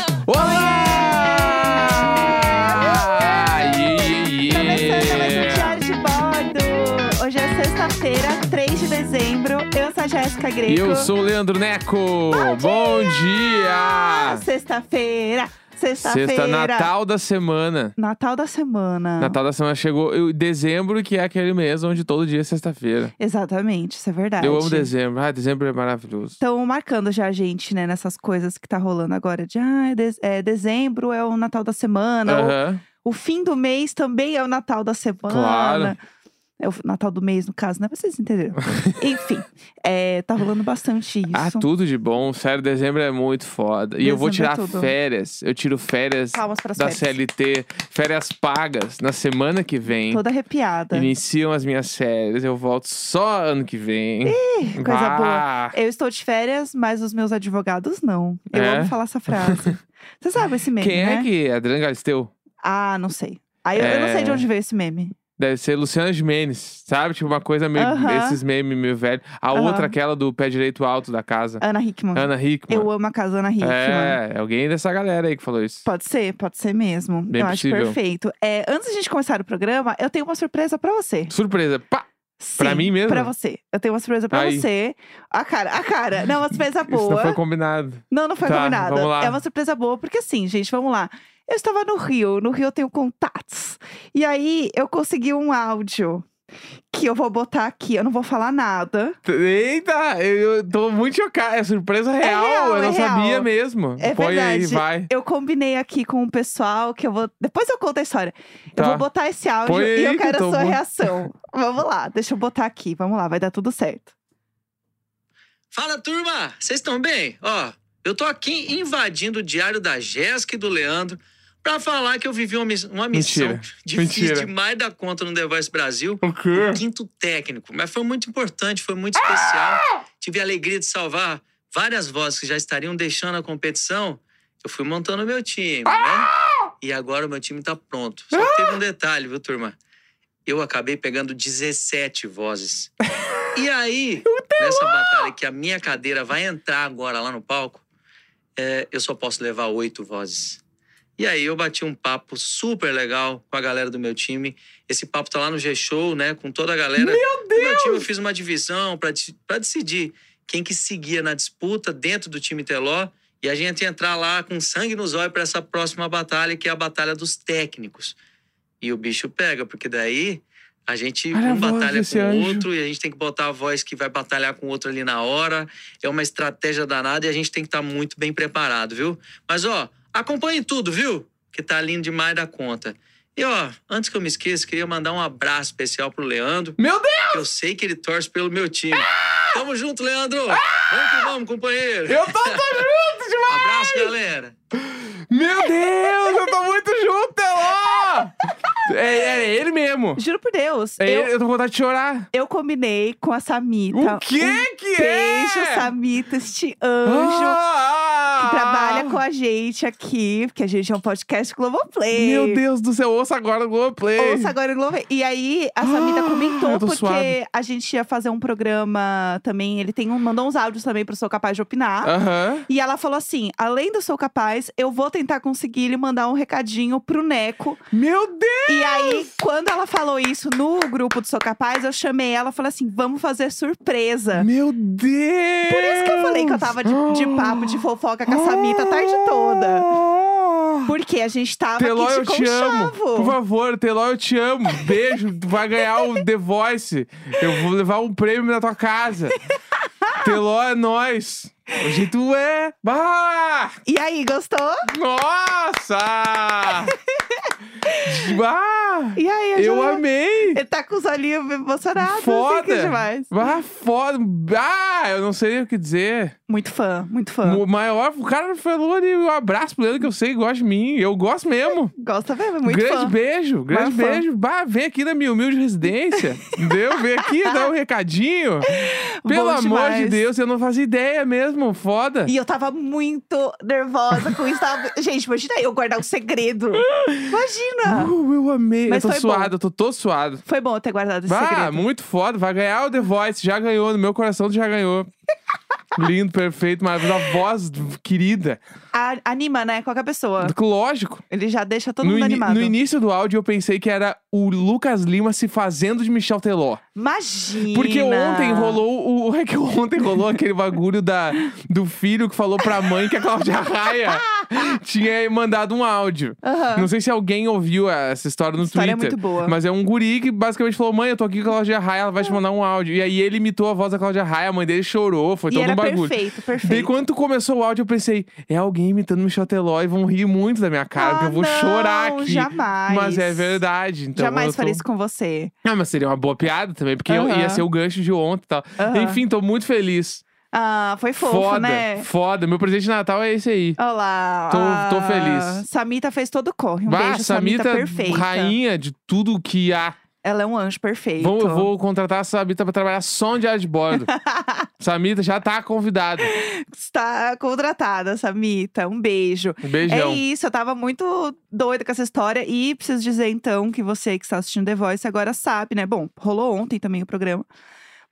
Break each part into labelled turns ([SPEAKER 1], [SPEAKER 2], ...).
[SPEAKER 1] um Hoje é sexta-feira, 3 de dezembro. Eu sou a Jéssica Greco.
[SPEAKER 2] E eu sou o Leandro Neco. Bom, dia!
[SPEAKER 1] Ah, Sexta-feira, sexta-feira. Ah.
[SPEAKER 2] Sexta, Natal da semana.
[SPEAKER 1] Natal da semana.
[SPEAKER 2] Natal da semana chegou eu- dezembro, que é aquele mês onde todo dia é sexta-feira.
[SPEAKER 1] Exatamente, isso é verdade.
[SPEAKER 2] Eu amo dezembro. Ah, dezembro é maravilhoso.
[SPEAKER 1] Estão marcando já a gente, né, nessas coisas que tá rolando agora. De, ah, é de- é dezembro é o Natal da semana. ou
[SPEAKER 2] Aham.
[SPEAKER 1] O fim do mês também é o Natal da semana.
[SPEAKER 2] Claro.
[SPEAKER 1] É o Natal do mês, no caso, né? Vocês entenderam. Enfim, é, tá rolando bastante isso.
[SPEAKER 2] Ah, tudo de bom. Sério, dezembro é muito foda. E eu vou
[SPEAKER 1] Dezembro é
[SPEAKER 2] tirar
[SPEAKER 1] tudo.
[SPEAKER 2] férias. Eu tiro férias
[SPEAKER 1] Palmas pras
[SPEAKER 2] da
[SPEAKER 1] férias.
[SPEAKER 2] CLT, férias pagas na semana que vem.
[SPEAKER 1] Toda arrepiada.
[SPEAKER 2] Iniciam as minhas séries, eu volto só ano que vem.
[SPEAKER 1] Ih, coisa boa.
[SPEAKER 2] Ah,
[SPEAKER 1] Eu estou de férias, mas os meus advogados não. Eu
[SPEAKER 2] É?
[SPEAKER 1] amo falar essa frase. Você sabe esse meme,
[SPEAKER 2] Quem
[SPEAKER 1] né?
[SPEAKER 2] é que é? Adriana Galisteu?
[SPEAKER 1] Ah, não sei. Aí eu, eu não sei de
[SPEAKER 2] É.
[SPEAKER 1] onde veio esse meme.
[SPEAKER 2] Deve ser Luciana Gimenez, sabe? Tipo, uma coisa meio.
[SPEAKER 1] Aham.
[SPEAKER 2] Esses memes meio velho. A
[SPEAKER 1] Aham.
[SPEAKER 2] outra, aquela do pé direito alto da casa.
[SPEAKER 1] Ana Hickman.
[SPEAKER 2] Ana Hickman.
[SPEAKER 1] Eu amo a casa Ana Hickman.
[SPEAKER 2] é, alguém dessa galera aí que falou isso.
[SPEAKER 1] Pode ser, pode ser mesmo.
[SPEAKER 2] Bem
[SPEAKER 1] eu
[SPEAKER 2] possível.
[SPEAKER 1] acho perfeito. É, antes de a gente começar o programa, eu tenho uma surpresa pra você.
[SPEAKER 2] Surpresa. Pá!
[SPEAKER 1] Sim,
[SPEAKER 2] Pra mim mesmo?
[SPEAKER 1] Pra você. Eu tenho uma surpresa pra
[SPEAKER 2] Aí.
[SPEAKER 1] você. A cara, a cara. Não, uma surpresa
[SPEAKER 2] Isso não
[SPEAKER 1] boa.
[SPEAKER 2] foi combinado.
[SPEAKER 1] Não, não foi
[SPEAKER 2] Tá,
[SPEAKER 1] combinada.
[SPEAKER 2] vamos lá.
[SPEAKER 1] É uma surpresa boa, porque assim, gente, vamos lá. Eu estava no Rio, no Rio eu tenho contatos. E aí eu consegui um áudio que eu vou botar aqui. Eu não vou falar nada.
[SPEAKER 2] Eita, eu, eu tô muito chocado. É surpresa real,
[SPEAKER 1] real,
[SPEAKER 2] eu
[SPEAKER 1] é
[SPEAKER 2] não
[SPEAKER 1] real.
[SPEAKER 2] sabia mesmo.
[SPEAKER 1] É
[SPEAKER 2] Põe aí,
[SPEAKER 1] verdade.
[SPEAKER 2] vai.
[SPEAKER 1] Eu combinei aqui com o pessoal que eu vou. Depois eu conto a história.
[SPEAKER 2] Tá.
[SPEAKER 1] Eu vou botar esse áudio
[SPEAKER 2] Põe aí
[SPEAKER 1] e eu
[SPEAKER 2] que
[SPEAKER 1] quero
[SPEAKER 2] eu tô
[SPEAKER 1] a sua
[SPEAKER 2] muito-
[SPEAKER 1] reação. Vamos lá, deixa eu botar aqui. Vamos lá, vai dar tudo certo.
[SPEAKER 3] Fala turma, vocês estão bem? Ó, eu tô aqui invadindo o diário da Jéssica e do Leandro pra falar que eu vivi uma, miss- uma missão
[SPEAKER 2] Mentira,
[SPEAKER 3] difícil
[SPEAKER 2] mentira.
[SPEAKER 3] demais da conta no The Voice Brasil.
[SPEAKER 2] O quê?
[SPEAKER 3] o Quinto técnico, mas foi muito importante, foi muito especial. Tive a alegria de salvar várias vozes que já estariam deixando a competição. Eu fui montando o meu time, né? E agora o meu time tá pronto. Só que teve um detalhe, viu, turma? Eu acabei pegando 17 vozes. E aí, nessa batalha que a minha cadeira vai entrar agora lá no palco, é, eu só posso levar oito vozes. E aí eu bati um papo super legal com a galera do meu time. Esse papo tá lá no G-Show, né? Com toda a galera. Meu Deus! meu time eu fiz uma divisão pra de- pra decidir quem que seguia na disputa dentro do time Teló. E a gente ia entrar lá com sangue nos olhos pra essa próxima batalha, que é a batalha dos técnicos. E o bicho pega, porque daí a gente
[SPEAKER 2] Olha a
[SPEAKER 3] um
[SPEAKER 2] voz
[SPEAKER 3] batalha
[SPEAKER 2] desse
[SPEAKER 3] com o
[SPEAKER 2] anjo.
[SPEAKER 3] outro e a gente tem que botar a voz que vai batalhar com o outro ali na hora. É uma estratégia danada e a gente tem que estar muito bem preparado, viu? Mas ó, acompanhe tudo, viu? Que tá lindo demais da conta. E ó, antes que eu me esqueça, queria mandar um abraço especial pro Leandro.
[SPEAKER 2] Meu Deus,
[SPEAKER 3] que Eu sei que ele torce pelo meu time. Tamo junto, Leandro! Vamos que vamos, companheiro!
[SPEAKER 2] eu tô, tô junto demais!
[SPEAKER 3] Abraço, galera!
[SPEAKER 2] Meu Deus, eu tô muito junto, Teló! É, é ele mesmo.
[SPEAKER 1] Juro por Deus,
[SPEAKER 2] É
[SPEAKER 1] eu,
[SPEAKER 2] ele, eu tô com vontade de chorar.
[SPEAKER 1] eu combinei com a Samita. Um
[SPEAKER 2] O que que é? Ah,
[SPEAKER 1] Beijo, Samita, este anjo. que trabalha com a gente aqui, porque a gente é um podcast Globoplay.
[SPEAKER 2] Meu Deus do céu, ouça agora o Globoplay.
[SPEAKER 1] Ouça agora o Globoplay. E aí, a
[SPEAKER 2] Ah,
[SPEAKER 1] Samita comentou,
[SPEAKER 2] eu tô
[SPEAKER 1] porque
[SPEAKER 2] suave.
[SPEAKER 1] a gente ia fazer um programa também. Ele tem um, mandou uns áudios também pro Sou Capaz de Opinar.
[SPEAKER 2] Aham.
[SPEAKER 1] E ela falou assim: além do Sou Capaz, eu vou tentar conseguir lhe mandar um recadinho pro Neco.
[SPEAKER 2] Meu Deus!
[SPEAKER 1] E aí, quando ela falou isso no grupo do Sou Capaz, eu chamei ela e falei assim: vamos fazer surpresa.
[SPEAKER 2] Meu Deus!
[SPEAKER 1] É. Por isso que eu falei que eu tava de, de papo, de fofoca com a Samita a tarde
[SPEAKER 2] Ah!
[SPEAKER 1] toda. Porque a gente tava
[SPEAKER 2] Teló, eu
[SPEAKER 1] aqui de
[SPEAKER 2] te amo.
[SPEAKER 1] conchavo.
[SPEAKER 2] Por favor, Teló, eu te amo. Beijo, tu vai ganhar o The Voice. Eu vou levar um prêmio na tua casa. Teló é nós. O jeito é. Bah!
[SPEAKER 1] E aí, gostou?
[SPEAKER 2] Nossa! Bah!
[SPEAKER 1] E aí, a
[SPEAKER 2] Eu
[SPEAKER 1] Joana?
[SPEAKER 2] amei!
[SPEAKER 1] Ele tá com os olhinhos emocionados. Assim, que é
[SPEAKER 2] foda!
[SPEAKER 1] demais.
[SPEAKER 2] Ah, foda! Ah, eu não sei o que dizer.
[SPEAKER 1] Muito fã, muito fã.
[SPEAKER 2] O maior, o cara falou ali, um abraço pro Leandro que eu sei, que gosta de mim. Eu gosto mesmo.
[SPEAKER 1] Gosta mesmo, é muito
[SPEAKER 2] grande
[SPEAKER 1] fã.
[SPEAKER 2] beijo, grande
[SPEAKER 1] Maior fã.
[SPEAKER 2] beijo. Bah, vem aqui na minha humilde residência. Deu? Vem aqui dar um recadinho. Pelo
[SPEAKER 1] Bom
[SPEAKER 2] amor de
[SPEAKER 1] demais.
[SPEAKER 2] Deus, eu não fazia ideia mesmo. Foda.
[SPEAKER 1] E eu tava muito nervosa com isso. Tava... Gente, imagina eu guardar um segredo. Imagina!
[SPEAKER 2] Uh, eu amei.
[SPEAKER 1] Mas
[SPEAKER 2] eu tô
[SPEAKER 1] foi bom.
[SPEAKER 2] suado, eu tô todo suado.
[SPEAKER 1] Foi bom eu ter guardado esse
[SPEAKER 2] Ah,
[SPEAKER 1] segredo.
[SPEAKER 2] muito foda. Vai ganhar o The Voice. Já ganhou. No meu coração, tu já ganhou. Lindo, perfeito, maravilhoso. A voz querida.
[SPEAKER 1] a- anima, né? Qualquer pessoa.
[SPEAKER 2] Lógico.
[SPEAKER 1] Ele já deixa todo
[SPEAKER 2] no,
[SPEAKER 1] mundo
[SPEAKER 2] ini-
[SPEAKER 1] animado.
[SPEAKER 2] no início do áudio eu pensei que era o Lucas Lima se fazendo de Michel Teló.
[SPEAKER 1] Imagina!
[SPEAKER 2] Porque ontem rolou o. É que ontem rolou aquele bagulho da, do filho que falou pra mãe que a Cláudia Raia tinha mandado um áudio.
[SPEAKER 1] Aham.
[SPEAKER 2] Não sei se alguém ouviu essa história no
[SPEAKER 1] Essa história é
[SPEAKER 2] Twitter.
[SPEAKER 1] muito boa. Ah.
[SPEAKER 2] Mas é um guri que basicamente falou: mãe, eu tô aqui com a Cláudia Raia, ela vai te mandar um áudio. E aí ele imitou a voz da Cláudia Raia, a mãe dele chorou, foi
[SPEAKER 1] e
[SPEAKER 2] todo
[SPEAKER 1] era
[SPEAKER 2] um bagulho.
[SPEAKER 1] perfeito,
[SPEAKER 2] Daí
[SPEAKER 1] perfeito.
[SPEAKER 2] quando começou o áudio, eu pensei, é alguém imitando Michel Teló e vão rir muito da minha cara, porque eu vou
[SPEAKER 1] Ah, não,
[SPEAKER 2] chorar aqui.
[SPEAKER 1] Jamais.
[SPEAKER 2] Mas é verdade, então. eu
[SPEAKER 1] jamais
[SPEAKER 2] tô...
[SPEAKER 1] faria isso com você.
[SPEAKER 2] Ah, mas seria uma boa piada também, porque eu-
[SPEAKER 1] Aham.
[SPEAKER 2] ia ser o gancho de ontem e tal.
[SPEAKER 1] Aham.
[SPEAKER 2] Enfim, tô muito feliz.
[SPEAKER 1] Ah, foi fofo,
[SPEAKER 2] foda,
[SPEAKER 1] né?
[SPEAKER 2] foda. Meu presente de Natal é esse aí.
[SPEAKER 1] Olha lá.
[SPEAKER 2] Tô-
[SPEAKER 1] ah,
[SPEAKER 2] tô feliz.
[SPEAKER 1] Samita fez todo o corre. Um
[SPEAKER 2] Bah,
[SPEAKER 1] beijo, Samita,
[SPEAKER 2] Samita,
[SPEAKER 1] perfeita.
[SPEAKER 2] rainha de tudo que há.
[SPEAKER 1] Ela é um anjo perfeito.
[SPEAKER 2] Vou, eu vou contratar a Samita pra trabalhar só de área de bordo. Samita já tá convidada.
[SPEAKER 1] Está contratada, Samita. Um beijo.
[SPEAKER 2] Um
[SPEAKER 1] É
[SPEAKER 2] beijão.
[SPEAKER 1] isso, eu tava muito doida com essa história. E preciso dizer, então, que você que está assistindo The Voice agora sabe, né? Bom, rolou ontem também o programa.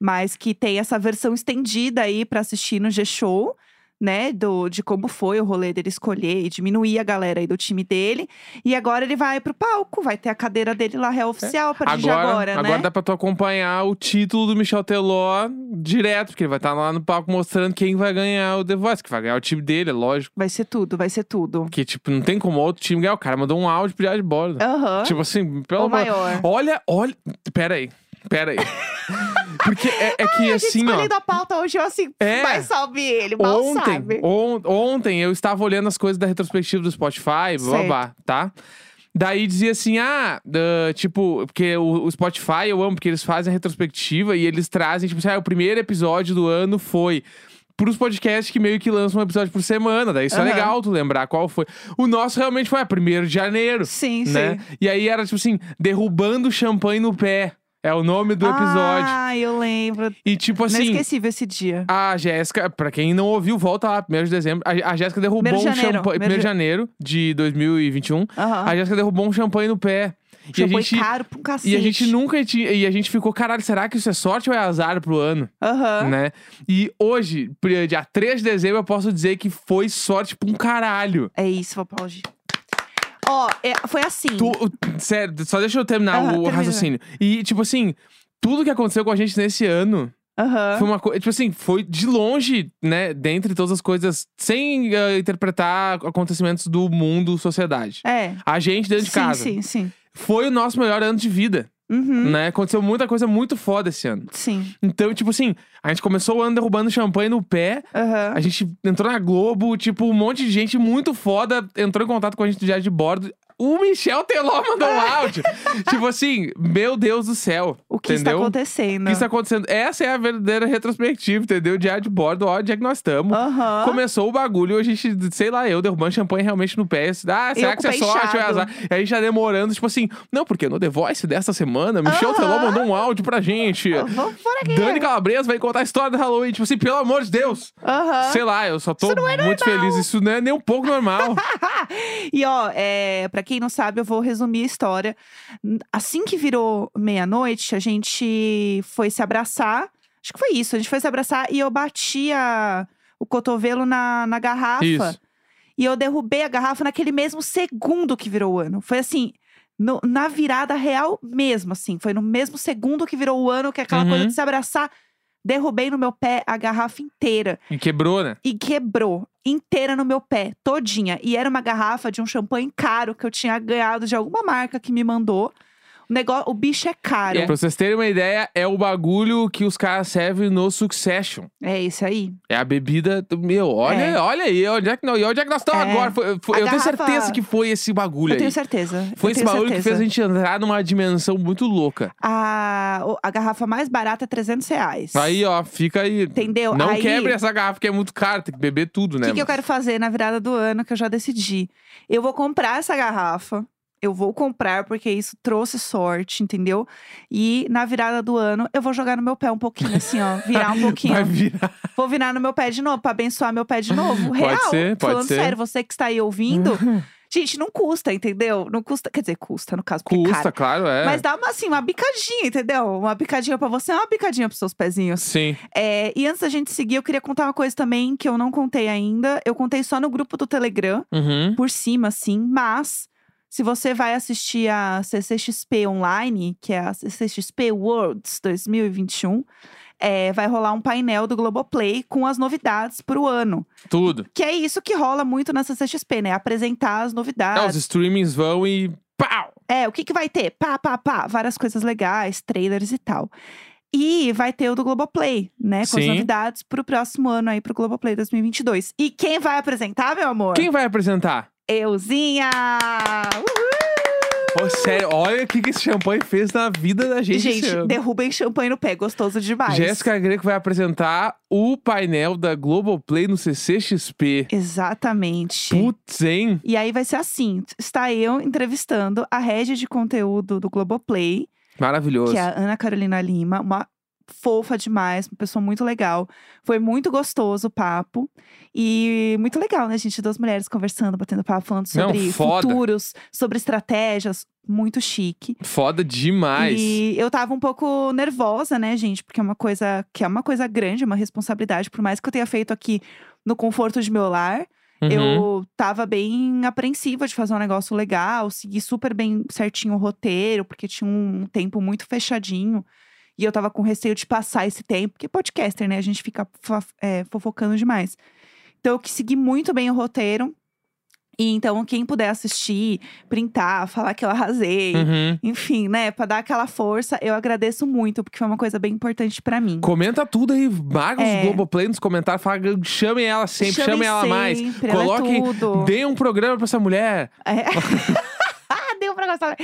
[SPEAKER 1] Mas que tem essa versão estendida aí pra assistir no G-Show, né? Do, de como foi o rolê dele escolher e diminuir a galera aí do time dele. E agora ele vai pro palco, vai ter a cadeira dele lá, real oficial, a partir de agora, né?
[SPEAKER 2] É, dá pra tu acompanhar o título do Michel Teló direto, porque ele vai estar lá no palco mostrando quem vai ganhar o The Voice, que vai ganhar o time dele, é lógico.
[SPEAKER 1] Vai ser tudo, vai ser tudo.
[SPEAKER 2] Porque, tipo, não tem como outro time ganhar. O cara mandou um áudio pro área de bordo.
[SPEAKER 1] Aham.
[SPEAKER 2] Tipo assim, pelo
[SPEAKER 1] o
[SPEAKER 2] amor-
[SPEAKER 1] maior.
[SPEAKER 2] Olha, olha. Pera aí, pera aí. Porque é, é que
[SPEAKER 1] A gente
[SPEAKER 2] assim, ó.
[SPEAKER 1] escolhendo a pauta hoje, eu assim,
[SPEAKER 2] É.
[SPEAKER 1] vai salve ele, mal
[SPEAKER 2] Ontem,
[SPEAKER 1] sabe.
[SPEAKER 2] on- ontem eu estava olhando as coisas da retrospectiva do Spotify, blá, blá, blá, tá? Daí dizia assim, ah, ah, tipo, porque o, o Spotify eu amo, porque eles fazem a retrospectiva e eles trazem, tipo, assim, ah, o primeiro episódio do ano foi. Pros podcasts que meio que lançam um episódio por semana, daí isso é
[SPEAKER 1] Aham.
[SPEAKER 2] legal tu lembrar qual foi. O nosso realmente foi, ah, primeiro de janeiro,
[SPEAKER 1] Sim,
[SPEAKER 2] né?
[SPEAKER 1] sim.
[SPEAKER 2] E aí era tipo assim, derrubando champanhe no pé, é o nome do episódio.
[SPEAKER 1] Ah, eu lembro.
[SPEAKER 2] E tipo assim,
[SPEAKER 1] Inesquecível esse dia.
[SPEAKER 2] a Jéssica, pra quem não ouviu, volta lá, 1 de dezembro. A, a Jéssica derrubou
[SPEAKER 1] Primeiro de
[SPEAKER 2] um
[SPEAKER 1] janeiro,
[SPEAKER 2] champanhe.
[SPEAKER 1] primeiro
[SPEAKER 2] 1
[SPEAKER 1] de-
[SPEAKER 2] de janeiro de 2021.
[SPEAKER 1] Aham.
[SPEAKER 2] A Jéssica derrubou um champanhe no pé.
[SPEAKER 1] Já
[SPEAKER 2] e a
[SPEAKER 1] foi
[SPEAKER 2] gente.
[SPEAKER 1] caro pra um cacete.
[SPEAKER 2] E a gente nunca tinha. E a gente ficou, caralho, será que isso é sorte ou é azar pro ano?
[SPEAKER 1] Aham.
[SPEAKER 2] Né? E hoje, pri- dia 3 de dezembro, eu posso dizer que foi sorte pra um caralho.
[SPEAKER 1] É isso, vou aplaudir. Ó, é, foi assim.
[SPEAKER 2] Tu, o- sério, só deixa eu terminar
[SPEAKER 1] Aham,
[SPEAKER 2] o- o
[SPEAKER 1] Ah, termina.
[SPEAKER 2] raciocínio. E, tipo assim, tudo que aconteceu com a gente nesse ano.
[SPEAKER 1] Aham.
[SPEAKER 2] Foi uma coisa, tipo assim, foi de longe, né? Dentre todas as coisas, sem eh, interpretar acontecimentos do mundo, sociedade.
[SPEAKER 1] É.
[SPEAKER 2] A gente dentro
[SPEAKER 1] sim,
[SPEAKER 2] de casa.
[SPEAKER 1] sim, sim.
[SPEAKER 2] Foi o nosso melhor ano de vida,
[SPEAKER 1] Uhum.
[SPEAKER 2] né? Aconteceu muita coisa muito foda esse ano.
[SPEAKER 1] Sim.
[SPEAKER 2] Então, tipo assim, a gente começou o ano derrubando champanhe no pé.
[SPEAKER 1] Aham.
[SPEAKER 2] A gente entrou na Globo, tipo, um monte de gente muito foda entrou em contato com a gente do diário de bordo. O Michel Teló mandou um áudio. tipo assim, meu Deus do céu.
[SPEAKER 1] O que está
[SPEAKER 2] entendeu? O
[SPEAKER 1] acontecendo?
[SPEAKER 2] que está acontecendo? Essa é a verdadeira retrospectiva, entendeu? Diário de bordo, ó, onde é que nós estamos.
[SPEAKER 1] Aham.
[SPEAKER 2] Começou o bagulho, a gente, sei lá, eu derrubando champanhe realmente no pé. Ah, será
[SPEAKER 1] com
[SPEAKER 2] que isso é
[SPEAKER 1] o pé
[SPEAKER 2] sorte ou é
[SPEAKER 1] inchado.
[SPEAKER 2] azar? E a gente já demorando, tipo assim, não, porque no The Voice dessa semana, Michel
[SPEAKER 1] Aham.
[SPEAKER 2] Teló mandou um áudio pra gente.
[SPEAKER 1] Ó, Vamos por aqui.
[SPEAKER 2] Dani Calabresa vai contar a história do Halloween. Tipo assim, pelo amor de Deus.
[SPEAKER 1] Aham.
[SPEAKER 2] Sei lá, eu só tô
[SPEAKER 1] Isso não é
[SPEAKER 2] muito
[SPEAKER 1] normal.
[SPEAKER 2] feliz. Isso não é nem um pouco normal.
[SPEAKER 1] E ó, é, para quem não sabe, eu vou resumir a história. N- Assim que virou meia-noite, a gente foi se abraçar. Acho que foi isso. A gente foi se abraçar e eu bati a- o cotovelo na, na garrafa.
[SPEAKER 2] Isso.
[SPEAKER 1] E eu derrubei a garrafa naquele mesmo segundo que virou o ano. Foi assim, no- na virada real mesmo, assim. Foi no mesmo segundo que virou o ano, que é aquela
[SPEAKER 2] Uhum.
[SPEAKER 1] coisa de se abraçar. Derrubei no meu pé a garrafa inteira
[SPEAKER 2] E quebrou, né?
[SPEAKER 1] e quebrou inteira no meu pé, todinha. E era uma garrafa de um champanhe caro que eu tinha ganhado de alguma marca que me mandou. O negócio, o bicho é caro.
[SPEAKER 2] Pra vocês terem uma ideia, é o bagulho que os caras servem no Succession.
[SPEAKER 1] É isso aí.
[SPEAKER 2] É a bebida. do- Meu, olha,
[SPEAKER 1] É.
[SPEAKER 2] olha aí, onde é que, não, e onde é que nós estamos
[SPEAKER 1] É.
[SPEAKER 2] agora? Foi- foi-
[SPEAKER 1] A
[SPEAKER 2] eu tenho
[SPEAKER 1] garrafa-
[SPEAKER 2] certeza que foi esse bagulho
[SPEAKER 1] Eu tenho
[SPEAKER 2] aí.
[SPEAKER 1] certeza.
[SPEAKER 2] Foi
[SPEAKER 1] eu
[SPEAKER 2] esse
[SPEAKER 1] tenho
[SPEAKER 2] bagulho que
[SPEAKER 1] certeza.
[SPEAKER 2] fez a gente entrar numa dimensão muito louca.
[SPEAKER 1] A, o- a garrafa mais barata é 300 reais.
[SPEAKER 2] Aí, ó, fica aí.
[SPEAKER 1] Entendeu?
[SPEAKER 2] Não
[SPEAKER 1] Aí-
[SPEAKER 2] quebre essa garrafa, que é muito caro, tem que beber tudo,
[SPEAKER 1] O
[SPEAKER 2] né?
[SPEAKER 1] que, que eu
[SPEAKER 2] mano?
[SPEAKER 1] quero fazer na virada do ano que eu já decidi? Eu vou comprar essa garrafa. Eu vou comprar porque isso trouxe sorte, entendeu? E na virada do ano eu vou jogar no meu pé um pouquinho, assim, ó. Virar um pouquinho.
[SPEAKER 2] Vai virar.
[SPEAKER 1] Vou virar no meu pé de novo, pra abençoar meu pé de novo.
[SPEAKER 2] Pode
[SPEAKER 1] Real.
[SPEAKER 2] ser, pode
[SPEAKER 1] Falando
[SPEAKER 2] ser.
[SPEAKER 1] sério, você que está aí ouvindo, Gente, não custa, entendeu? Não custa. Quer dizer, custa, no caso, porque é
[SPEAKER 2] Custa,
[SPEAKER 1] caro.
[SPEAKER 2] claro, é.
[SPEAKER 1] Mas dá uma, assim, uma bicadinha, entendeu? Uma bicadinha pra você, uma bicadinha pros seus pezinhos.
[SPEAKER 2] Sim.
[SPEAKER 1] É, e antes da gente seguir, eu queria contar uma coisa também que eu não contei ainda. Eu contei só no grupo do Telegram,
[SPEAKER 2] Uhum.
[SPEAKER 1] por cima, assim. Mas, se você vai assistir a CCXP Online, que é a CCXP Worlds 2021, é, vai rolar um painel do Globoplay com as novidades pro ano.
[SPEAKER 2] Tudo.
[SPEAKER 1] Que é isso que rola muito na CCXP, né? Apresentar as novidades.
[SPEAKER 2] Ah, os streamings vão e. Pau!
[SPEAKER 1] É, o que, que vai ter? Pá, pá, pá. Várias coisas legais, trailers e tal. E vai ter o do Globoplay, né? Com as
[SPEAKER 2] Sim.
[SPEAKER 1] novidades pro próximo ano aí, pro Globoplay 2022. E quem vai apresentar, meu amor?
[SPEAKER 2] Quem vai apresentar?
[SPEAKER 1] Euzinha! Uh! Uhul!
[SPEAKER 2] Ô, sério, olha o que, que esse champanhe fez na vida da gente. esse
[SPEAKER 1] Gente,
[SPEAKER 2] ano.
[SPEAKER 1] derrubem champanhe no pé, gostoso demais.
[SPEAKER 2] Jéssica Greco vai apresentar o painel da Globoplay no CCXP.
[SPEAKER 1] Exatamente.
[SPEAKER 2] Putz, hein?
[SPEAKER 1] E aí vai ser assim: está eu entrevistando a régia de conteúdo do Globoplay,
[SPEAKER 2] Maravilhoso.
[SPEAKER 1] que é a Ana Carolina Lima, uma fofa demais, uma pessoa muito legal. Foi muito gostoso o papo e muito legal, né, gente? Duas mulheres conversando, batendo papo, falando
[SPEAKER 2] Não,
[SPEAKER 1] sobre
[SPEAKER 2] foda.
[SPEAKER 1] futuros, sobre estratégias, muito chique.
[SPEAKER 2] Foda demais.
[SPEAKER 1] E eu tava um pouco nervosa, né, gente? Porque é uma coisa que é uma coisa grande, uma responsabilidade, por mais que eu tenha feito aqui no conforto de meu lar,
[SPEAKER 2] Uhum.
[SPEAKER 1] eu tava bem apreensiva de fazer um negócio legal, segui super bem certinho o roteiro, porque tinha um tempo muito fechadinho. E eu tava com receio de passar esse tempo, porque podcaster, né? A gente fica fa- é, fofocando demais. Então, eu que segui muito bem o roteiro. E então, quem puder assistir, printar, falar que eu arrasei.
[SPEAKER 2] Uhum.
[SPEAKER 1] Enfim, né? Pra dar aquela força, eu agradeço muito, porque foi uma coisa bem importante pra mim.
[SPEAKER 2] Comenta tudo aí, marca
[SPEAKER 1] É.
[SPEAKER 2] os Globoplay nos comentários, fala, chame ela sempre, chame,
[SPEAKER 1] Chamem
[SPEAKER 2] ela mais.
[SPEAKER 1] sempre, ela é
[SPEAKER 2] Coloque,
[SPEAKER 1] tudo.
[SPEAKER 2] dê um programa pra essa mulher.
[SPEAKER 1] É. Ah, Deu pra gostar.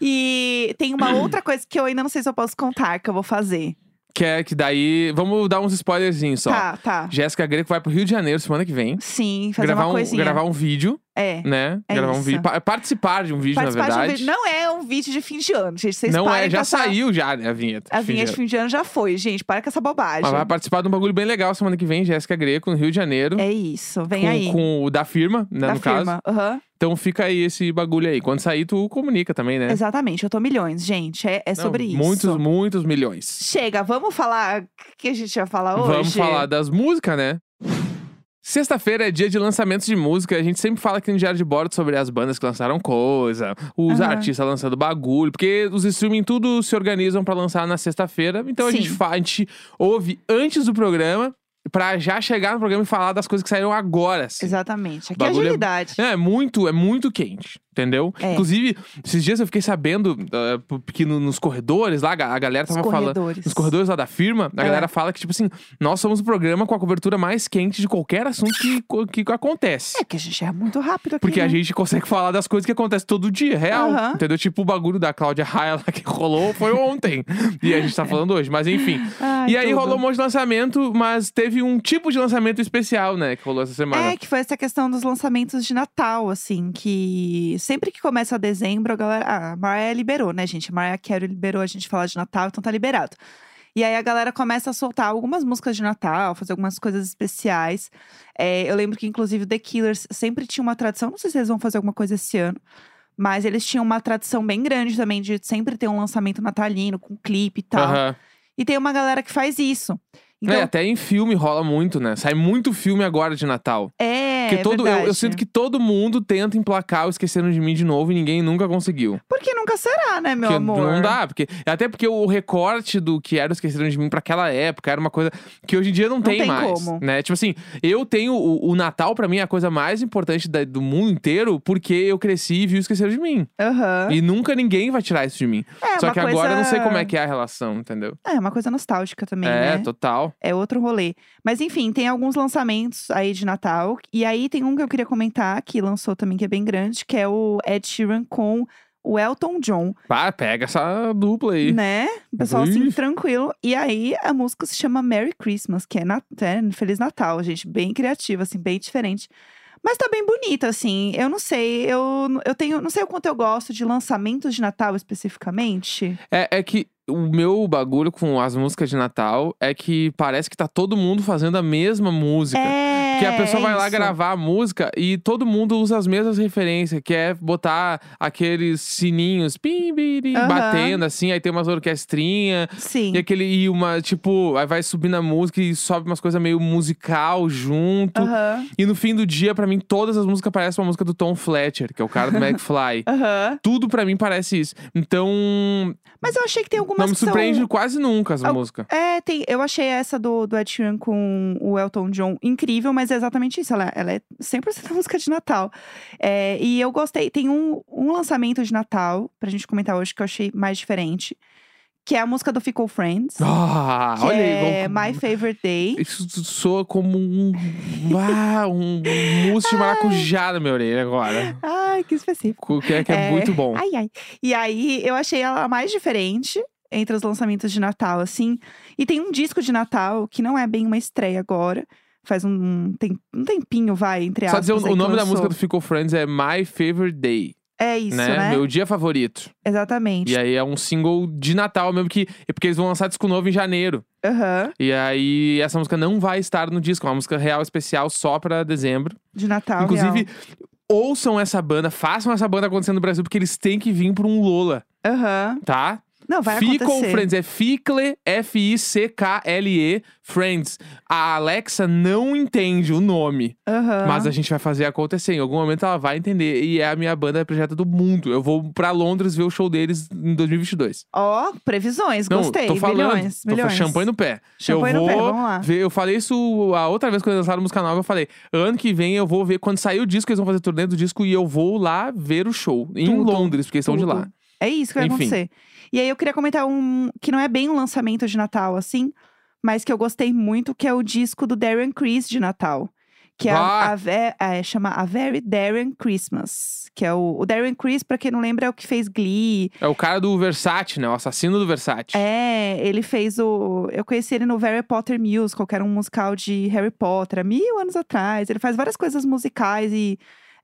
[SPEAKER 1] E tem uma outra coisa que eu ainda não sei se eu posso contar, que eu vou fazer.
[SPEAKER 2] Que é que daí. Vamos dar uns spoilerzinhos só.
[SPEAKER 1] Tá, tá.
[SPEAKER 2] Jéssica Greco vai pro Rio de Janeiro semana que vem.
[SPEAKER 1] Sim, fazer
[SPEAKER 2] gravar,
[SPEAKER 1] uma
[SPEAKER 2] um,
[SPEAKER 1] coisinha.
[SPEAKER 2] gravar um vídeo,
[SPEAKER 1] É.
[SPEAKER 2] né?
[SPEAKER 1] É
[SPEAKER 2] gravar um
[SPEAKER 1] isso.
[SPEAKER 2] vídeo. pa- participar de um vídeo, na
[SPEAKER 1] Participar de um
[SPEAKER 2] verdade.
[SPEAKER 1] vídeo. Não é um vídeo de fim de ano, gente. Vocês
[SPEAKER 2] Não
[SPEAKER 1] parem
[SPEAKER 2] é, já
[SPEAKER 1] com essa-
[SPEAKER 2] saiu já, né, a vinheta.
[SPEAKER 1] A
[SPEAKER 2] de fim
[SPEAKER 1] vinha
[SPEAKER 2] de
[SPEAKER 1] de
[SPEAKER 2] ano.
[SPEAKER 1] fim de ano já foi, gente. Para com essa bobagem.
[SPEAKER 2] Mas vai participar de um bagulho bem legal semana que vem, Jéssica Greco, no Rio de Janeiro.
[SPEAKER 1] É isso. Vem
[SPEAKER 2] com,
[SPEAKER 1] aí.
[SPEAKER 2] com o da firma, né,
[SPEAKER 1] da
[SPEAKER 2] no caso.
[SPEAKER 1] firma. Aham.
[SPEAKER 2] Então fica aí esse bagulho aí. Quando sair, tu comunica também, né?
[SPEAKER 1] Exatamente. Eu tô milhões, gente. É,
[SPEAKER 2] Não,
[SPEAKER 1] é sobre isso.
[SPEAKER 2] Muitos, muitos milhões.
[SPEAKER 1] Chega, vamos falar o que a gente ia falar hoje?
[SPEAKER 2] Vamos falar das músicas, né? Sexta-feira é dia de lançamentos de música. A gente sempre fala aqui no Diário de Bordo sobre as bandas que lançaram coisa, os
[SPEAKER 1] Aham.
[SPEAKER 2] artistas lançando bagulho, porque os streaming tudo se organizam pra lançar na sexta-feira. Então a
[SPEAKER 1] Sim.
[SPEAKER 2] gente, fa- a gente ouve antes do programa pra já chegar no programa e falar das coisas que saíram agora. assim.
[SPEAKER 1] Exatamente. Aqui é
[SPEAKER 2] Bagulho é-
[SPEAKER 1] agilidade.
[SPEAKER 2] É, é muito, é muito quente, entendeu?
[SPEAKER 1] É.
[SPEAKER 2] Inclusive, esses dias eu fiquei sabendo ah, p- que no- nos corredores lá, a ga- a galera
[SPEAKER 1] Os
[SPEAKER 2] tava falando.
[SPEAKER 1] corredores.
[SPEAKER 2] Nos corredores lá da firma, a
[SPEAKER 1] É.
[SPEAKER 2] galera fala que, tipo assim, nós somos o programa com a cobertura mais quente de qualquer assunto que, co- que acontece.
[SPEAKER 1] É que a gente é muito rápido aqui.
[SPEAKER 2] Porque a
[SPEAKER 1] né?
[SPEAKER 2] gente consegue falar das coisas que acontecem todo dia, real.
[SPEAKER 1] Aham.
[SPEAKER 2] Entendeu? Tipo, o bagulho da Cláudia Raia lá que rolou foi ontem. e a gente tá falando hoje, mas enfim.
[SPEAKER 1] É. Ai,
[SPEAKER 2] e aí
[SPEAKER 1] tudo.
[SPEAKER 2] rolou um monte de lançamento, mas teve um tipo de lançamento especial, né? Que rolou essa semana.
[SPEAKER 1] É, que foi essa questão dos lançamentos de Natal, assim, que sempre que começa dezembro, a galera. Ah, a Mariah liberou, né, gente? A Mariah Carey liberou a gente falar de Natal, então tá liberado. E aí a galera começa a soltar algumas músicas de Natal, fazer algumas coisas especiais. É, eu lembro que, inclusive, The Killers sempre tinha uma tradição, não sei se eles vão fazer alguma coisa esse ano. Mas eles tinham uma tradição bem grande também de sempre ter um lançamento natalino, com clipe e tal.
[SPEAKER 2] Aham.
[SPEAKER 1] E tem uma galera que faz isso. Então,
[SPEAKER 2] é, até em filme rola muito, né? Sai muito filme agora de Natal.
[SPEAKER 1] é.
[SPEAKER 2] Porque todo, eu, eu
[SPEAKER 1] verdade.
[SPEAKER 2] sinto que todo mundo tenta emplacar o Esqueceram de Mim de novo e ninguém nunca conseguiu.
[SPEAKER 1] Porque nunca será, né, meu
[SPEAKER 2] porque
[SPEAKER 1] amor?
[SPEAKER 2] não dá, porque até porque o recorte do que era o Esqueceram de Mim pra aquela época era uma coisa que hoje em dia não, tem,
[SPEAKER 1] tem
[SPEAKER 2] mais,
[SPEAKER 1] como.
[SPEAKER 2] né? Tipo assim, eu tenho o, o Natal pra mim é a coisa mais importante da- do mundo inteiro porque eu cresci e vi o Esqueceram de Mim.
[SPEAKER 1] Aham.
[SPEAKER 2] E nunca ninguém vai tirar isso de mim.
[SPEAKER 1] É,
[SPEAKER 2] Só
[SPEAKER 1] uma
[SPEAKER 2] que
[SPEAKER 1] coisa...
[SPEAKER 2] agora eu não sei como é que é a relação, entendeu?
[SPEAKER 1] É, uma coisa nostálgica também,
[SPEAKER 2] é,
[SPEAKER 1] né?
[SPEAKER 2] total.
[SPEAKER 1] É outro rolê. Mas enfim, tem alguns lançamentos aí de Natal. E aí tem um que eu queria comentar, que lançou também, que é bem grande, que é o Ed Sheeran com o Elton John,
[SPEAKER 2] Pá, pega essa dupla aí.
[SPEAKER 1] né? O pessoal assim,
[SPEAKER 2] Ui.
[SPEAKER 1] tranquilo. E aí a música se chama Merry Christmas, que é, na... é Feliz Natal, gente. Bem criativa, assim, bem diferente. Mas tá bem bonita, assim. Eu não sei, eu, eu tenho. Não sei o quanto eu gosto de lançamentos de Natal especificamente.
[SPEAKER 2] É, é que o meu bagulho com as músicas de Natal é que parece que tá todo mundo fazendo a mesma música.
[SPEAKER 1] É, É,
[SPEAKER 2] Que a pessoa
[SPEAKER 1] é
[SPEAKER 2] vai lá
[SPEAKER 1] isso.
[SPEAKER 2] gravar a música e todo mundo usa as mesmas referências, que é botar aqueles sininhos pim, biri,
[SPEAKER 1] Aham.
[SPEAKER 2] batendo, assim, aí tem umas orquestrinhas.
[SPEAKER 1] Sim.
[SPEAKER 2] E aquele, e uma, tipo, aí vai subindo a música e sobe umas coisas meio musical junto.
[SPEAKER 1] Aham.
[SPEAKER 2] E no fim do dia, pra mim, todas as músicas parecem uma música do Tom Fletcher, que é o cara do McFly.
[SPEAKER 1] Aham.
[SPEAKER 2] Tudo pra mim parece isso. Então,
[SPEAKER 1] Mas eu achei que tem algumas
[SPEAKER 2] não me
[SPEAKER 1] que são-
[SPEAKER 2] surpreende quase nunca essa
[SPEAKER 1] Al-
[SPEAKER 2] música.
[SPEAKER 1] É, tem, eu achei essa do, do Ed Sheeran com o Elton John incrível, mas é exatamente isso. Ela, ela é 100% música de Natal. É, e eu gostei. Tem um, um lançamento de Natal, pra gente comentar hoje, que eu achei mais diferente. Que é a música do Ficou Friends.
[SPEAKER 2] Ah,
[SPEAKER 1] que
[SPEAKER 2] olha aí.
[SPEAKER 1] é
[SPEAKER 2] vamos-
[SPEAKER 1] My Favorite Day.
[SPEAKER 2] Isso soa como um. Ah, um mousse de maracujá na minha orelha agora.
[SPEAKER 1] Ai, que específico.
[SPEAKER 2] O Que é, que é, muito bom.
[SPEAKER 1] Ai, ai. E aí, eu achei ela a mais diferente entre os lançamentos de Natal, assim. E tem um disco de Natal que não é bem uma estreia agora. Faz um, tem, um tempinho, vai, entre
[SPEAKER 2] Só
[SPEAKER 1] aspas.
[SPEAKER 2] dizer, o,
[SPEAKER 1] aí
[SPEAKER 2] o
[SPEAKER 1] que
[SPEAKER 2] nome da
[SPEAKER 1] lançou.
[SPEAKER 2] música do Fico Friends é My Favorite Day,
[SPEAKER 1] É isso,
[SPEAKER 2] né?
[SPEAKER 1] né?
[SPEAKER 2] Meu dia favorito.
[SPEAKER 1] Exatamente.
[SPEAKER 2] E aí é um single de Natal mesmo, que é porque eles vão lançar disco novo em janeiro.
[SPEAKER 1] Aham.
[SPEAKER 2] E aí essa música não vai estar no disco, é uma música real especial só pra dezembro.
[SPEAKER 1] De Natal.
[SPEAKER 2] Inclusive,
[SPEAKER 1] real.
[SPEAKER 2] ouçam essa banda, façam essa banda acontecer no Brasil, porque eles têm que vir pra um Lola,
[SPEAKER 1] Aham.
[SPEAKER 2] tá?
[SPEAKER 1] Não, vai
[SPEAKER 2] Fickle
[SPEAKER 1] acontecer.
[SPEAKER 2] Friends, é Fickle, F-I-C-K-L-E, Friends. A Alexa não entende o nome,
[SPEAKER 1] Aham.
[SPEAKER 2] mas a gente vai fazer acontecer. Em algum momento ela vai entender e é a minha banda predileta do mundo. Eu vou pra Londres ver o show deles em 2022.
[SPEAKER 1] Ó, previsões,
[SPEAKER 2] Não,
[SPEAKER 1] gostei.
[SPEAKER 2] tô falando.
[SPEAKER 1] milhões,
[SPEAKER 2] tô falando,
[SPEAKER 1] milhões.
[SPEAKER 2] champanhe no pé.
[SPEAKER 1] Champanhe
[SPEAKER 2] eu
[SPEAKER 1] no
[SPEAKER 2] vou
[SPEAKER 1] pé, vamos lá.
[SPEAKER 2] ver- eu falei isso a outra vez quando lançaram música nova, eu falei, ano que vem eu vou ver, quando sair o disco, eles vão fazer turnê do disco e eu vou lá ver o show. Em
[SPEAKER 1] Tudo,
[SPEAKER 2] Londres, porque eles são de lá.
[SPEAKER 1] tudo. É isso que vai
[SPEAKER 2] Enfim.
[SPEAKER 1] acontecer. E aí eu queria comentar um que não é bem um lançamento de Natal, assim, mas que eu gostei muito, que é o disco do Darren Criss de Natal. Que é,
[SPEAKER 2] Bah!
[SPEAKER 1] a, a Ve- é, chama A Very Darren Christmas. Que é o, o Darren Criss, pra quem não lembra, é o que fez Glee.
[SPEAKER 2] É o cara do Versace, né? O assassino do Versace.
[SPEAKER 1] É, ele fez o. Eu conheci ele no Harry Potter Musical, que era um musical de Harry Potter, há mil anos atrás. Ele faz várias coisas musicais e.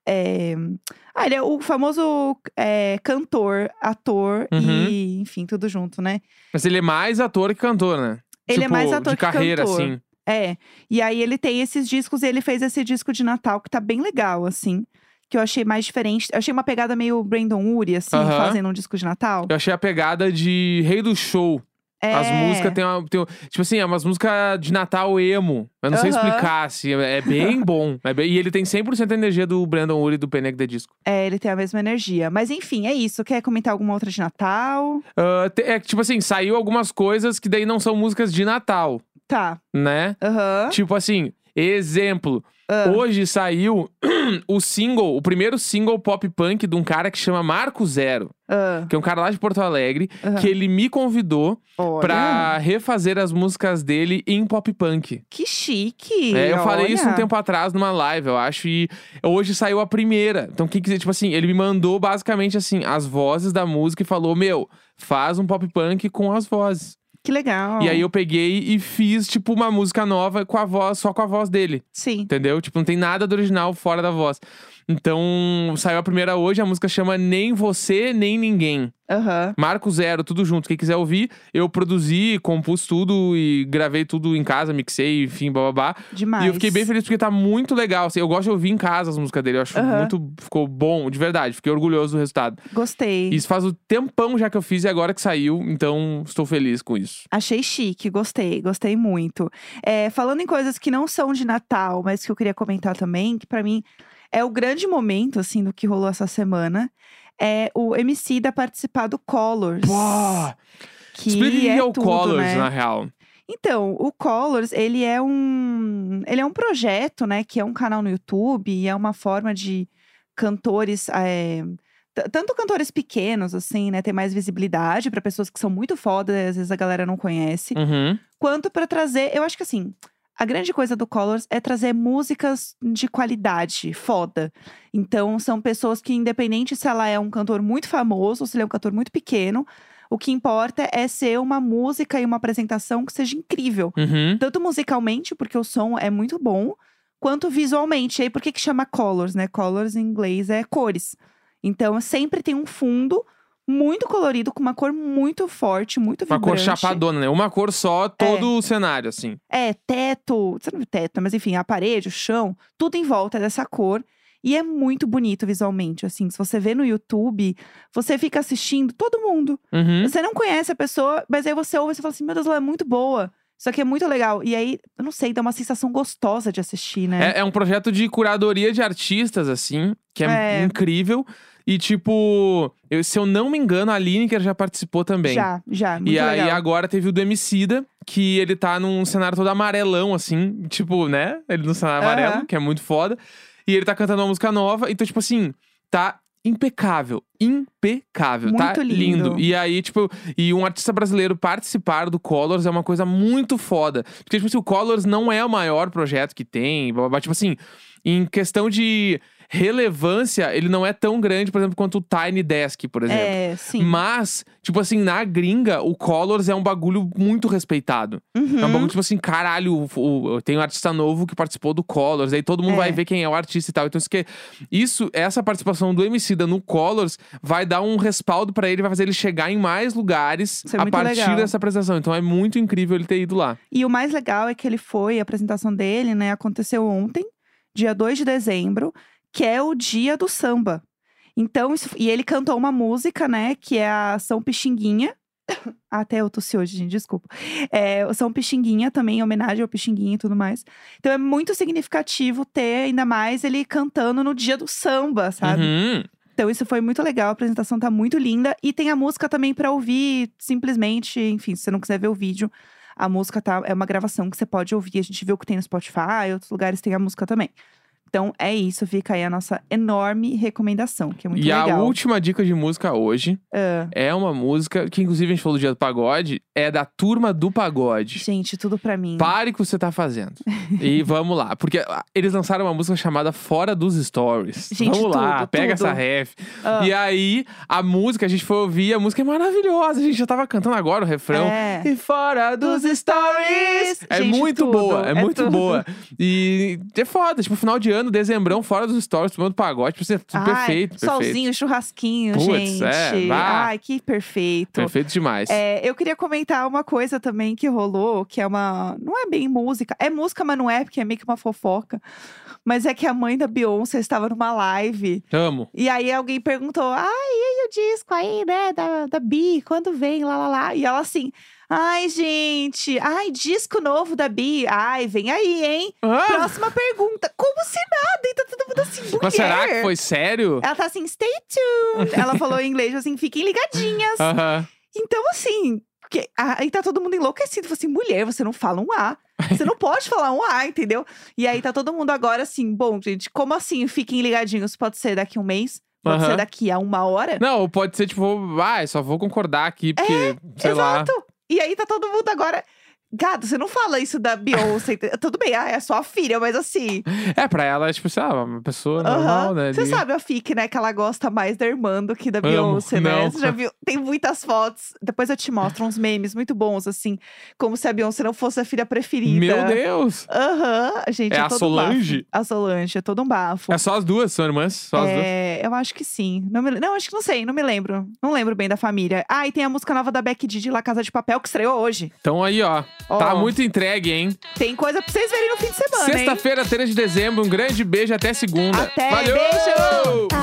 [SPEAKER 1] é, Ah, ele é o famoso é, cantor, ator
[SPEAKER 2] Uhum.
[SPEAKER 1] e, enfim, tudo junto, né?
[SPEAKER 2] Mas ele é mais ator que cantor, né?
[SPEAKER 1] Ele é
[SPEAKER 2] Tipo,
[SPEAKER 1] mais ator
[SPEAKER 2] de
[SPEAKER 1] que
[SPEAKER 2] carreira,
[SPEAKER 1] cantor.
[SPEAKER 2] assim.
[SPEAKER 1] É. E aí ele tem esses discos e ele fez esse disco de Natal que tá bem legal, assim. Que eu achei mais diferente. Eu achei uma pegada meio Brandon Urie, assim,
[SPEAKER 2] Aham.
[SPEAKER 1] fazendo um disco de Natal.
[SPEAKER 2] Eu achei a pegada de rei do show.
[SPEAKER 1] É.
[SPEAKER 2] As músicas tem uma. tem um- tipo assim, é umas músicas de Natal emo. Eu não sei
[SPEAKER 1] Aham.
[SPEAKER 2] explicar, assim. É é bem bom. É bem- e ele tem 100% da energia do Brandon Uri do Pennec The Disco.
[SPEAKER 1] É, ele tem a mesma energia. Mas enfim, é isso. Quer comentar alguma outra de Natal?
[SPEAKER 2] Ah, te- é que, tipo assim, saiu algumas coisas que daí não são músicas de Natal,
[SPEAKER 1] Tá.
[SPEAKER 2] né?
[SPEAKER 1] Aham.
[SPEAKER 2] Tipo assim, exemplo.
[SPEAKER 1] Ah.
[SPEAKER 2] Hoje saiu o single, o primeiro single pop punk de um cara que chama Marco Zero,
[SPEAKER 1] Ah,
[SPEAKER 2] que é um cara lá de Porto Alegre,
[SPEAKER 1] Aham.
[SPEAKER 2] que ele me convidou
[SPEAKER 1] Ah. olha,
[SPEAKER 2] pra refazer as músicas dele em pop punk.
[SPEAKER 1] Que chique.
[SPEAKER 2] É, eu falei isso um
[SPEAKER 1] olha.
[SPEAKER 2] tempo atrás numa live, eu acho, e hoje saiu a primeira. Então, quem quiser, tipo assim, ele me mandou basicamente assim, as vozes da música e falou: Meu, faz um pop punk com as vozes.
[SPEAKER 1] Que legal.
[SPEAKER 2] E aí eu peguei e fiz, tipo, uma música nova com a voz, só com a voz dele.
[SPEAKER 1] Sim.
[SPEAKER 2] Entendeu? Tipo, não tem nada do original fora da voz. Então, saiu a primeira hoje, a música chama Nem Você, Nem Ninguém.
[SPEAKER 1] Aham.
[SPEAKER 2] Marco Zero, tudo junto. Quem quiser ouvir, eu produzi, compus tudo e gravei tudo em casa, mixei, enfim, bababá.
[SPEAKER 1] Demais.
[SPEAKER 2] E eu fiquei bem feliz porque tá muito legal. assim, eu gosto de ouvir em casa as músicas dele. Eu acho
[SPEAKER 1] Aham.
[SPEAKER 2] muito. Ficou bom, de verdade. Fiquei orgulhoso do resultado.
[SPEAKER 1] Gostei.
[SPEAKER 2] Isso faz o tempão já que eu fiz e agora que saiu, então estou feliz com isso.
[SPEAKER 1] Achei chique, gostei, gostei muito. É, falando em coisas que não são de Natal, mas que eu queria comentar também, que pra mim é o grande momento, assim, do que rolou essa semana, é o MC da participar do Colors.
[SPEAKER 2] Pô,
[SPEAKER 1] que
[SPEAKER 2] explica o que
[SPEAKER 1] é
[SPEAKER 2] é o
[SPEAKER 1] tudo,
[SPEAKER 2] Colors,
[SPEAKER 1] né?
[SPEAKER 2] na real.
[SPEAKER 1] Então, o Colors, ele é um, ele é um projeto, né, que é um canal no YouTube e é uma forma de cantores, eh, t- tanto cantores pequenos assim, né, ter mais visibilidade pra pessoas que são muito fodas, às vezes a galera não conhece,
[SPEAKER 2] Uhum.
[SPEAKER 1] quanto pra trazer, eu acho que assim, a grande coisa do Colors é trazer músicas de qualidade, foda. Então, são pessoas que, independente se ela é um cantor muito famoso ou se ele é um cantor muito pequeno, o que importa é ser uma música e uma apresentação que seja incrível.
[SPEAKER 2] Uhum.
[SPEAKER 1] Tanto musicalmente, porque o som é muito bom, quanto visualmente. E aí, por que, que chama colors, né? Colors em inglês é cores. Então, sempre tem um fundo muito colorido, com uma cor muito forte, muito
[SPEAKER 2] Uma
[SPEAKER 1] vibrante.
[SPEAKER 2] cor chapadona, né? Uma cor só, todo o cenário, assim.
[SPEAKER 1] É, teto, você não viu teto, mas enfim, a parede, o chão, tudo em volta é dessa cor. E é muito bonito visualmente, assim. Se você vê no YouTube, você fica assistindo todo mundo.
[SPEAKER 2] Uhum.
[SPEAKER 1] Você não conhece a pessoa, mas aí você ouve e você fala assim: meu Deus, ela é muito boa. Isso aqui é muito legal. E aí, eu não sei, dá uma sensação gostosa de assistir, né?
[SPEAKER 2] É, é um projeto de curadoria de artistas, assim, que é,
[SPEAKER 1] É.
[SPEAKER 2] incrível. E, tipo, eu- se eu não me engano, a Lineker já participou também.
[SPEAKER 1] Já, já. Muito
[SPEAKER 2] E aí
[SPEAKER 1] legal.
[SPEAKER 2] agora teve o do Emicida, que ele tá num cenário todo amarelão, assim, tipo, né? Ele no cenário
[SPEAKER 1] Aham.
[SPEAKER 2] amarelo, que é muito foda. E ele tá cantando uma música nova, então, tipo assim, tá impecável. Impecável, tá
[SPEAKER 1] Muito lindo.
[SPEAKER 2] E aí, tipo, e um artista brasileiro participar do Colors é uma coisa muito foda. Porque, tipo assim, o Colors não é o maior projeto que tem, blá, blá, blá. tipo assim, em questão de relevância, ele não é tão grande, por exemplo, quanto o Tiny Desk, por exemplo.
[SPEAKER 1] É, sim.
[SPEAKER 2] Mas, tipo assim, na gringa, o Colors é um bagulho muito respeitado. É um
[SPEAKER 1] Uhum.
[SPEAKER 2] bagulho, tipo assim, caralho, o- o- tem um artista novo que participou do Colors, aí todo mundo
[SPEAKER 1] É.
[SPEAKER 2] vai ver quem é o artista e tal. Então, isso que isso, essa participação do Emicida no Colors vai dar um respaldo pra ele, vai fazer ele chegar em mais lugares
[SPEAKER 1] Isso é
[SPEAKER 2] a
[SPEAKER 1] muito
[SPEAKER 2] partir
[SPEAKER 1] legal.
[SPEAKER 2] dessa apresentação. Então é muito incrível ele ter ido lá.
[SPEAKER 1] E o mais legal é que ele foi, a apresentação dele, né, aconteceu ontem, dia 2 de dezembro, que é o dia do samba. Então, isso- e ele cantou uma música, né, que é a São Pixinguinha. Até eu tossi hoje, gente, desculpa. É, o São Pixinguinha também, em homenagem ao Pixinguinha e tudo mais. Então é muito significativo ter, ainda mais, ele cantando no dia do samba, sabe?
[SPEAKER 2] Uhum.
[SPEAKER 1] Então isso foi muito legal, a apresentação tá muito linda. E tem a música também pra ouvir, simplesmente, enfim, se você não quiser ver o vídeo, a música tá, é uma gravação que você pode ouvir. A gente vê o que tem no Spotify, outros lugares tem a música também. Então é isso, fica aí a nossa enorme recomendação, que é muito
[SPEAKER 2] E a
[SPEAKER 1] legal.
[SPEAKER 2] última dica de música hoje
[SPEAKER 1] Ah,
[SPEAKER 2] é uma música que, inclusive, a gente falou do dia do pagode, é da turma do pagode.
[SPEAKER 1] gente, tudo pra mim.
[SPEAKER 2] Pare o que você tá fazendo. e vamos lá. Porque ah, eles lançaram uma música chamada Fora dos Stories.
[SPEAKER 1] Gente,
[SPEAKER 2] vamos lá,
[SPEAKER 1] tudo,
[SPEAKER 2] pega
[SPEAKER 1] tudo.
[SPEAKER 2] essa ref.
[SPEAKER 1] Ah.
[SPEAKER 2] E aí, a música, a gente foi ouvir, a música é maravilhosa. A gente já tava cantando agora o refrão.
[SPEAKER 1] É.
[SPEAKER 2] E fora dos stories! É
[SPEAKER 1] Gente,
[SPEAKER 2] muito
[SPEAKER 1] tudo,
[SPEAKER 2] boa, é,
[SPEAKER 1] é
[SPEAKER 2] muito
[SPEAKER 1] tudo.
[SPEAKER 2] boa. E é foda, tipo, final de ano, dezembrão, fora dos stories, tomando pagode, tipo, você-
[SPEAKER 1] Ai,
[SPEAKER 2] perfeito, perfeito.
[SPEAKER 1] Solzinho, churrasquinho,
[SPEAKER 2] Puts,
[SPEAKER 1] gente.
[SPEAKER 2] é, vá.
[SPEAKER 1] Ai, que perfeito.
[SPEAKER 2] Perfeito demais.
[SPEAKER 1] É, eu queria comentar uma coisa também que rolou, que é uma. Não é bem música. É música, mas não é, porque é meio que uma fofoca. Mas é que a mãe da Beyoncé estava numa live.
[SPEAKER 2] Amo.
[SPEAKER 1] E aí alguém perguntou: ai, e aí o disco aí, né? Da, da Bi, quando vem? Lá, lá, lá. E ela assim. Ai, gente. Ai, disco novo da Bi. Ai, vem aí, hein?
[SPEAKER 2] Ah,
[SPEAKER 1] Próxima pergunta. Como se nada? E tá todo mundo assim, mulher.
[SPEAKER 2] mas será que foi sério?
[SPEAKER 1] Ela tá assim, stay tuned. Ela falou em inglês assim, fiquem ligadinhas.
[SPEAKER 2] Aham.
[SPEAKER 1] Então, assim, que, aí tá todo mundo enlouquecido. Falou assim, mulher, você não fala um A. Você não pode falar um A, entendeu? E aí tá todo mundo agora assim, bom, gente, como assim? Fiquem ligadinhos. Pode ser daqui a um mês, pode
[SPEAKER 2] Aham.
[SPEAKER 1] ser daqui a uma hora.
[SPEAKER 2] Não, ou pode ser tipo, ah, eu só vou concordar aqui, porque, sei lá.
[SPEAKER 1] É, Exato. E aí tá todo mundo agora. Gado, você não fala isso da Beyoncé. entendeu? Tudo bem, ah, é a sua filha, mas assim.
[SPEAKER 2] É, pra ela é tipo, sei lá, uma pessoa normal,
[SPEAKER 1] aham.
[SPEAKER 2] né?
[SPEAKER 1] Você
[SPEAKER 2] Ninguém-
[SPEAKER 1] sabe a FIC, né? Que ela gosta mais da irmã do que da
[SPEAKER 2] Amo,
[SPEAKER 1] Beyoncé, né?
[SPEAKER 2] não.
[SPEAKER 1] Você já viu? Tem muitas fotos. Depois eu te mostro uns memes muito bons, assim. Como se a Beyoncé não fosse a filha preferida.
[SPEAKER 2] Meu Deus!
[SPEAKER 1] Aham, gente.
[SPEAKER 2] É
[SPEAKER 1] É,
[SPEAKER 2] a
[SPEAKER 1] todo um
[SPEAKER 2] Solange?
[SPEAKER 1] bafo. a Solange, é todo um bafo.
[SPEAKER 2] É só as duas, são irmãs? Só as duas.
[SPEAKER 1] É, eu acho que sim. Não, me- não, acho que não sei, não me lembro. Não lembro bem da família. Ah, e tem a música nova da Beck Didi, La Casa de Papel, que estreou hoje.
[SPEAKER 2] Então aí, ó.
[SPEAKER 1] Ó.
[SPEAKER 2] Tá muito entregue, hein?
[SPEAKER 1] Tem coisa pra vocês verem no fim de semana, hein?
[SPEAKER 2] Sexta-feira, 3 de dezembro. Um grande beijo até segunda.
[SPEAKER 1] Até,
[SPEAKER 2] Valeu!
[SPEAKER 1] beijo!